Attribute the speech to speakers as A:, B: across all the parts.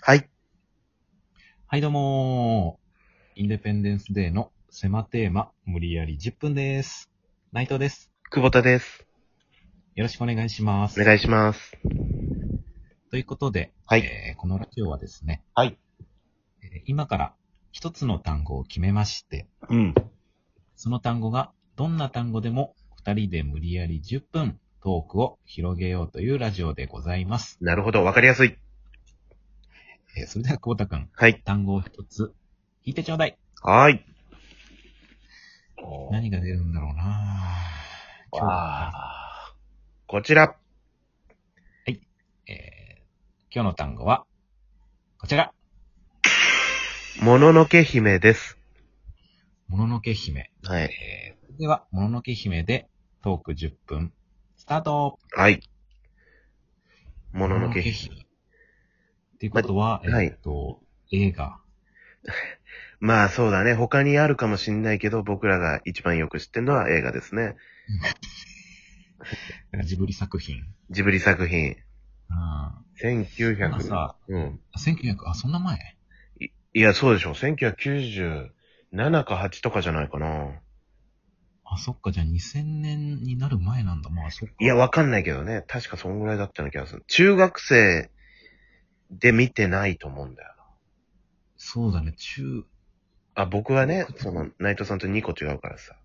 A: はい。
B: はい、どうもーインデペンデンスデーの狭テーマ、無理やり10分です。内藤です。
A: 久保田です。
B: よろしくお願いします。
A: お願いします。
B: ということで、
A: はい
B: えーこのラジオはですね、
A: はい。
B: えー今から一つの単語を決めまして、
A: うん。
B: その単語がどんな単語でも二人で無理やり10分トークを広げようというラジオでございます。
A: なるほど。わかりやすい。
B: えーそれでは久保田くん、
A: はい。
B: 単語を一つ引いてちょうだい。
A: はーい。
B: 何が出るんだろうな今日は
A: あこちら。
B: えー今日の単語は、こちら、
A: もののけ姫です。
B: もののけ姫。
A: はい。
B: えーでは、もののけ姫でトーク10分、スタート
A: はい。もののけ姫。
B: もののけっていうことは、
A: まはい
B: えーっと、映画。
A: まあそうだね。他にあるかもしんないけど、僕らが一番よく知ってるのは映画ですね。
B: ジブリ作品。
A: ジブリ作品。
B: うん。今
A: 1900。
B: さ、
A: うん。
B: 1900、あ、そんな前
A: いや、そうでしょ。1997か8とかじゃないかな。
B: あ、そっか、じゃあ2000年になる前なんだ。まあ、そっか。
A: いや、わかんないけどね。確かそんぐらいだったような気がする。中学生で見てないと思うんだよな。
B: そうだね、中、
A: あ、僕はね、その、内藤さんと2個違うからさ。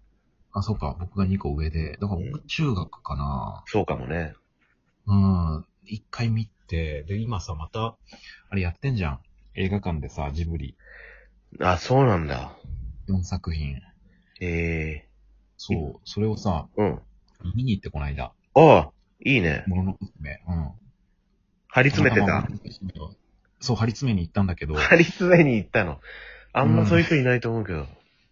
B: あ、そっか、僕が2個上で。だから
A: う
B: 僕中学かな。
A: そうかもね。
B: うん。一回見て、で、今さ、また、あれやってんじゃん。映画館でさ、ジブリ
A: あ、そうなんだ。
B: 4作品。
A: え
B: そう。それをさ、
A: えうん。
B: 見に行ってこないだ。
A: ああ、いいね。
B: もののめうん。
A: 張り
B: 張
A: 詰めてた。
B: そう、張り詰めに行ったんだけど、
A: 張り詰めに行ったの。あんまそういう人いないと思うけど。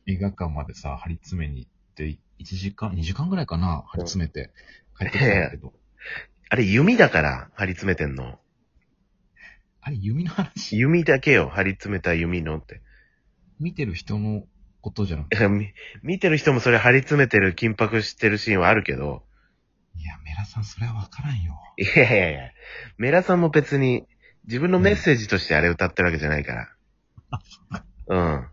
B: 映画館までさ、張り詰めに行って、1時間、2時間ぐらいかな、張り詰めて帰ってきたんだけど。
A: あれ、弓だから、張り詰めてんの。
B: あれ、弓の話
A: 弓だけよ、張り詰めた弓のって。
B: 見てる人のことじゃなくて、
A: だからみ見てる人もそれ張り詰めてる、緊迫してるシーンはあるけど。
B: いや、メラさん、それはわからんよ。
A: いやいやいや、メラさんも別に自分のメッセージとしてあれ歌ってるわけじゃないから。うん。は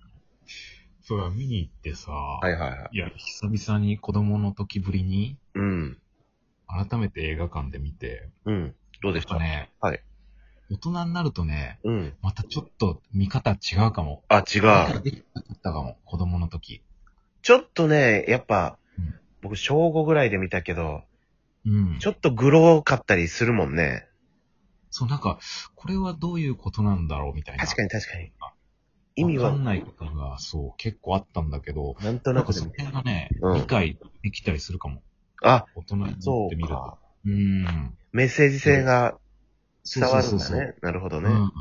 B: そうだ、見に行ってさ、
A: いはい。
B: いや、久々に子供の時ぶりに、
A: うん。
B: 改めて映画館で見て、
A: うん。どうでし
B: や
A: た
B: っぱね、
A: はい。
B: 大人になるとね、
A: うん。
B: またちょっと見方違うかも。
A: あ、違
B: だから
A: う。
B: できなかったかも、子供の時。
A: ちょっとね、やっぱ
B: うん、
A: 僕小5ぐらいで見たけど、
B: うん。
A: ちょっとグロかったりするもんね。
B: そう、なんか、これはどういうことなんだろうみたいな。
A: 確かに確かに。意味
B: わ
A: は
B: かん、ないことが、そう、結構あったんだけど、
A: なんと
B: な
A: なん
B: か
A: くで
B: そ
A: も
B: の辺がね、
A: うん
B: 理解できたりするかも。
A: あ、
B: 大人になって
A: そ
B: み
A: う
B: ると。
A: か。
B: うーん。
A: メッセージ性が
B: そ
A: 伝
B: うそ
A: わ
B: う
A: る
B: そ
A: ん
B: うそ
A: だ
B: う。
A: ね。なるほど
B: う
A: ね。
B: ん。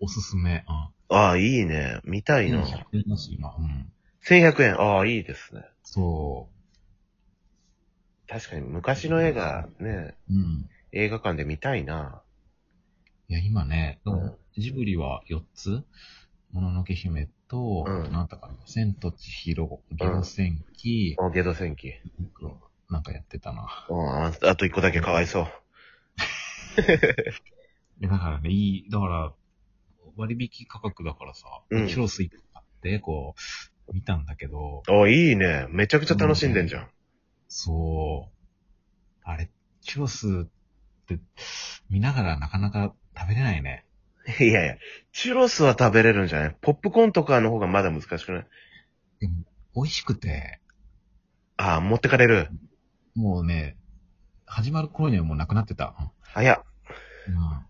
B: おすすめ。
A: あいいね。見た
B: うん。
A: いな。
B: やってます、今。うん。
A: 1100円。ああ、いいですね。
B: そ
A: 確かに昔の映画ね、
B: う。うん。
A: 映画館で見たいな。
B: いや、今ね、でも
A: うん
B: ジブリは4つもののけ姫と、
A: うん
B: あとなんだかな、千と千尋、ゲロ戦記、
A: あ、ゲド戦記。
B: なんかやってたな。
A: うん、ああと一個だけかわいそう。
B: いやだからね、いい、だから、割引価格だからさ、
A: うん
B: キロス1個買って、こう、見たんだけど、
A: あ、いいね。めちゃくちゃ楽しんでんじゃん。
B: そう、あれ、チュロスって、見ながらなかなか食べれないね。
A: いやいや、チュロスは食べれるんじゃないポップコーンとかの方がまだ難しくない
B: でも、美味しくて、
A: ああ、持ってかれる。
B: もうね、始まる頃にはもうなくなってた。
A: 早っ。
B: うんうん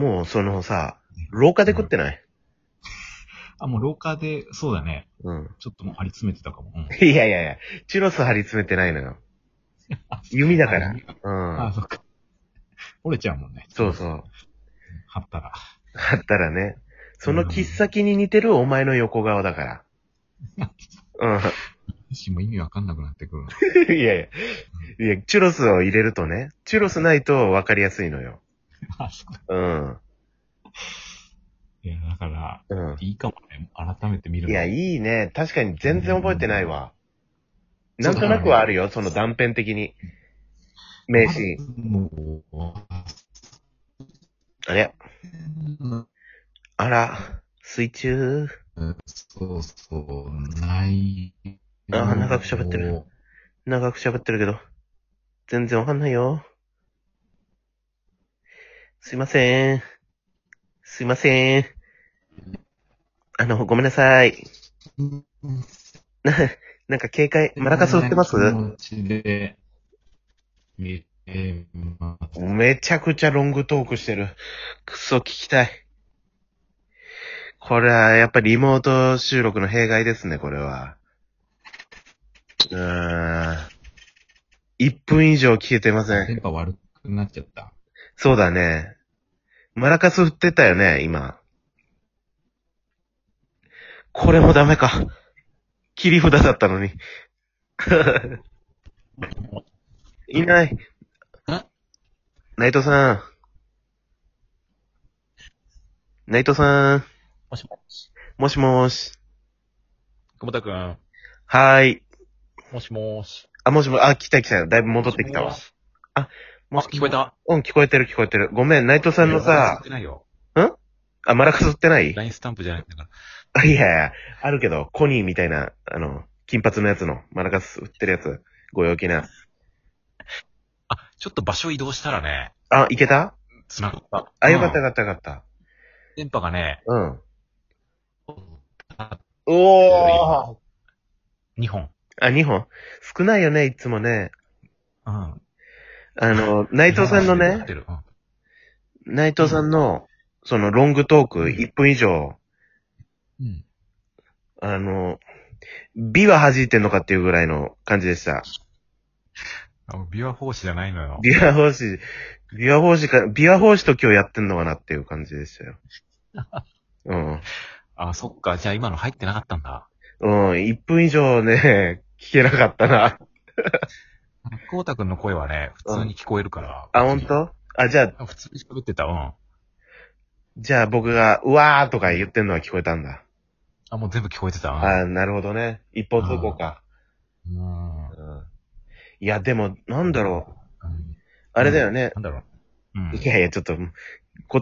A: もうそのさ、廊下で食ってない、
B: あ、もう廊下で、そうだね。
A: うん、
B: ちょっともう張り詰めてたかも。うん、
A: いやいやいや、チュロス張り詰めてないのよ。弓だから。う
B: あ、
A: ん。
B: そっか。折れちゃうもんね。
A: そうそう。
B: 張ったら。
A: だったらね、その切っ先に似てるお前の横顔だ から。うん。
B: 私も意味わかんなくなってく る。
A: いやいや。いや、チュロスを入れるとね、チュロスないと分かりやすいのよ。
B: あ、そうだ。
A: うん。
B: いや、だから、
A: う
B: いいかもね。改めて見る
A: ん。い
B: の
A: や、いいね。確かに全然覚えてないわ。
B: うん
A: なんとなくはあるよ、その断片的に。名シーン。
B: もう、
A: あれあら、水中。
C: うんそうそう、ない。
A: あ長く喋ってる。長く喋ってるけど、全然わかんないよ。すいません。すいません。あの、ごめんなさい。な、なんか警戒、マラカス売ってます
C: 気持ちで、見えます。
A: めちゃくちゃロングトークしてる。クソ聞きたい。これはやっぱりリモート収録の弊害ですね、これは。うーん。1分以上消えてません。
C: 電波悪くなっちゃった。
A: そうだね。マラカス振ってたよね、今。これもダメか。切り札だっ たのに。いない
C: あ。
A: 内藤さん。内藤さん。
C: もしもし。
A: もしもーし。
C: 久保田くん。
A: はーい。
C: もしもし。
A: あ、もしも、あ、来た来た。だいぶ戻ってきたわ。も
C: あ、
A: し
C: 聞こえた。
A: うん、聞こえてる聞こえてる。ごめん、内藤さんのさ、
C: ないよ。
A: あ、マラカス振ってない
C: ラインスタンプじゃないんだから。
A: あ いやいや、あるけど、コニーみたいな、あの、金髪のやつの、マラカス売ってるやつ、ご陽気な。
B: あ、ちょっと場所移動したらね、
A: あ、いけた
B: 繋がった。
A: あ、よかったよ
B: う
A: か
B: ん
A: ったよかった。
B: 電波がね、
A: うん。
B: お
A: ー
B: 2本。
A: あ、2本少ないよね、いつもね。
B: うん。
A: あの、内藤さんの
B: 繋がっ
A: ね、
B: てるうん
A: 内藤さんの、その、ロングトーク1分以上、
C: うん。
A: あの、美は弾いてんのかっていうぐらいの感じでした。
B: あビワ法師じゃないのよ。
A: ビア法師、ビア法師か、ビア法師と今日やってんのかなっていう感じでしたよ。うん。
B: あ、そっか。じゃあ今の入ってなかったんだ。
A: うん、1分以上ね、 聞けなかったな。
B: こうたくんの声はね、普通に聞こえるから。
A: あ、本当？あ、じゃあ、
B: 当普通に喋ってた。うん。
A: じゃあ僕が、うわーとか言ってんのは聞こえたんだ。
B: あ、もう全部聞こえてた。うん
A: あーなるほどね。一方通行か。
B: うん。
A: うんいや、でも、なんだろう。
B: うん
A: あれだよね。
B: なんだろう。うん。
A: いやいや、ちょっと、言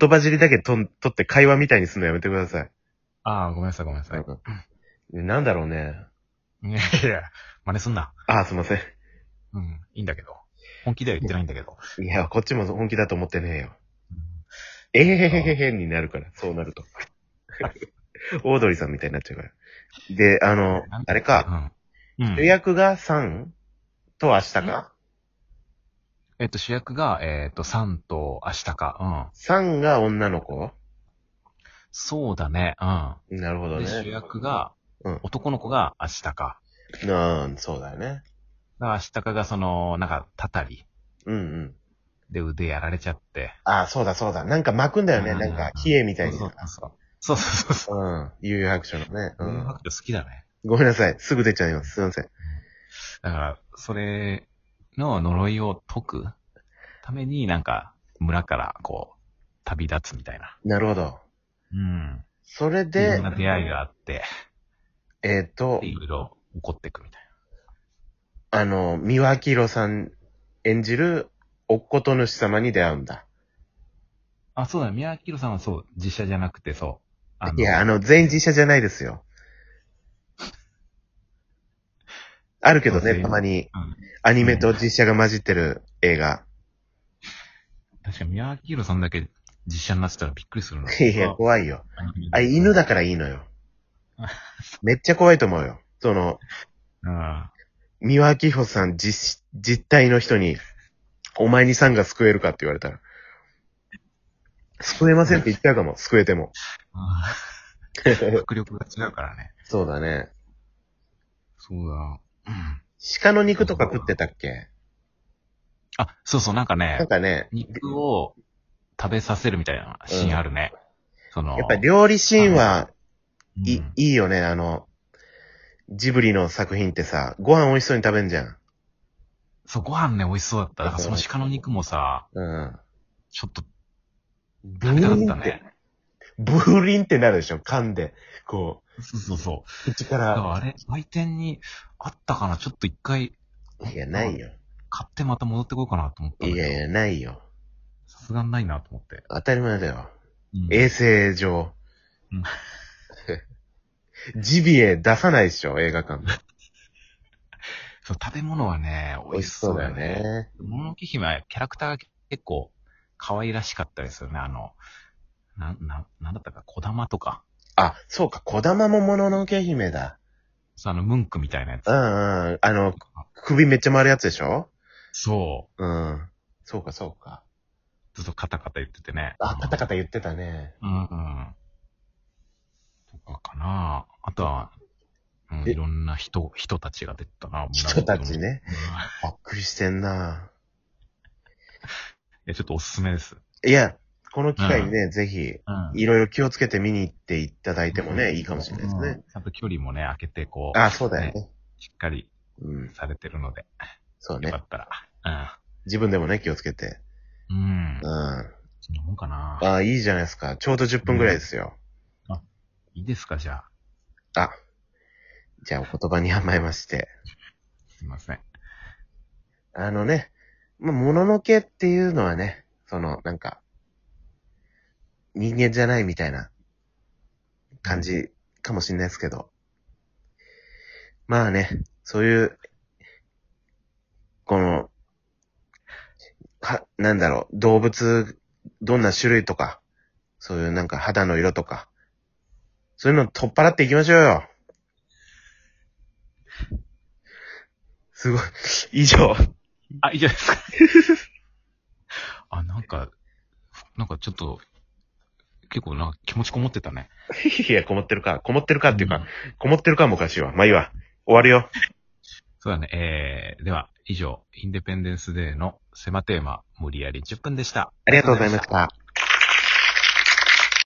A: 葉尻だけとん取って会話みたいにするのやめてください。
B: あーごめんなさい、ごめんなさい。
A: なんだろうね。
B: いやいや、真似すんな。
A: あー、すいません。
B: うん。いいんだけど。本気では言ってないんだけど。
A: いや、こっちも本気だと思ってねえよ。えへへへへへになるから、そうなると。 オードリーさんみたいになっちゃうから。で、あの、あれか。
B: うん。うん
A: 予約が 3? と明日か
B: えっと、主役が、えっと、サンとアシタカ。うん。
A: ?3 が女の子
B: そうだね。う
A: なるほどね
B: ん。で、。主役が、
A: うん
B: 男の子がアシタカ。
A: うん、そうだよね。
B: だからアシタカがその、なんか、たたり。
A: うんうん。
B: で、腕やられちゃって。
A: ああ、そうだそうだ。なんか巻くんだよね。
B: うん
A: なんか、冷えみたいに。
B: そうそうそう。そうそうそうそう。
A: うん。悠々白書のね。う
B: うんん。。好きだね。
A: ごめんなさい。すぐ出ちゃいます。すいません。
B: だから、それの呪いを解くために、なんか、村から、こう、旅立つみたいな。
A: なるほど。
B: うん。
A: それ
B: いろ
A: で
B: んな、出会いがあって、
A: えっと
B: で、いろいろ起こっていくみたい
A: あの、三輪明宏さん演じる、おっこと主様に出会うんだ。
B: な。あ、そうだね。宮城さんはそう、実写じゃなくて、そう。あの
A: いや、あの、全員実写じゃないです よ。あるけど
B: そう
A: ね、
B: 全員
A: たまに
B: うん、
A: アニメと実写が混じってる映画。
B: 確か宮脇宏さんだけ実写になってたらびっくりするの。
A: いやいや、怖いよ。あ、犬だからいいの よ。めっちゃ怖いと思うよ。その、
B: うん。
A: 三輪明穂さん実、実体の人に、お前にさんが救えるかって言われたら。救えませんって言っちゃうかも、救えて も。
B: 迫力が違うからね。
A: そうだね。
B: そうだ。うん。
A: 鹿の肉とか食ってたっけ
B: あ、そうそう、なんかね
A: なん、かね、
B: 肉を食べさせるみたいなシーンあるね。その、
A: やっぱ料理シーンは、
B: うん
A: い、いいよね、あの、ジブリの作品ってさ、ご飯美味しそうに食べんじゃん。
B: そう、ご飯ね、美味しそうだった。だからその鹿の肉もさ、
A: うん。
B: ちょっと
A: ブ
B: 食べたかっ
A: ーン
B: た
A: って、
B: ね。
A: ブリンってなるでしょ、噛んで。こ
B: そうそうそう。
A: う、口か
B: だから
A: ら。
B: あれ、売店にあったかなちょっと一回
A: いや、ないよ。
B: 買ってまた戻ってこようかなと思ったん
A: い
B: だけど
A: やいや、ないよ。
B: さすがにないなと思って。
A: 当たり前だよ。
B: うん
A: 衛生上。 ジビエ出さないでしょ、映画館で。
B: そう、食べ物はね、美味しそうだよね。
A: ね。
B: もののけ姫はキャラクターが結構可愛らしかったですよね。あの、な、な、なんだったか、小玉とか。
A: あ、そうか、小玉ももののけ姫だ。
B: そう、あの、ムンクみたいなやつ
A: うん。うん。あの、首めっちゃ回るやつでしょ
B: そ
A: うん。そうか、そうか。
B: う。ずっとカタカタ言っててね。
A: あ、カタカタ言ってたね。
B: うんうん。とかかなあとは、うん、
A: え
B: いろんな人、人たちが出てたな
A: 人たち。ね。
B: うん
A: ばっくりしてんな。
B: いや、ちょっとおすすめです。
A: いや、この機会にね、ぜひ、
B: うん
A: いろいろ気をつけて見に行っていただいてもね、いいかもしれないですね。
B: うんちゃんと距離もね、空けて、こう、
A: あ、そうだよね。
B: しっかり
A: うん。
B: されてるので、
A: そう
B: よか
A: ね。
B: ったら。
A: 自分でもね、気をつけて。
B: うん。
A: う。ん。
B: うんそんなもんかな
A: あいいじゃないですか。ちょうど10分ぐらいですよ。
B: いいですか、じゃあ。
A: あ、じゃあお言葉に甘えまして。
B: すいません。
A: あのね、まあ、もののけっていうのはね、その、なんか、人間じゃないみたいな感じかもしれないですけど。まあね、そういう、この、は、なんだろう、動物、どんな種類とか、そういうなんか肌の色とか、そういうの取っ払っていきましょうよ。すごい。以上。
B: あ、いいじゃないですか。 あ、なんか、なんかちょっと、結構なんか気持ちこもってたね。
A: いや、こもってるか。こもってるかっていうか、
B: うん
A: こもってるかもおかしいわ。まあいいわ。終わるよ。
B: そうだね。えー、では、以上、インデペンデンスデーの狭テーマ、無理やり10分でした。
A: ありがとうございました。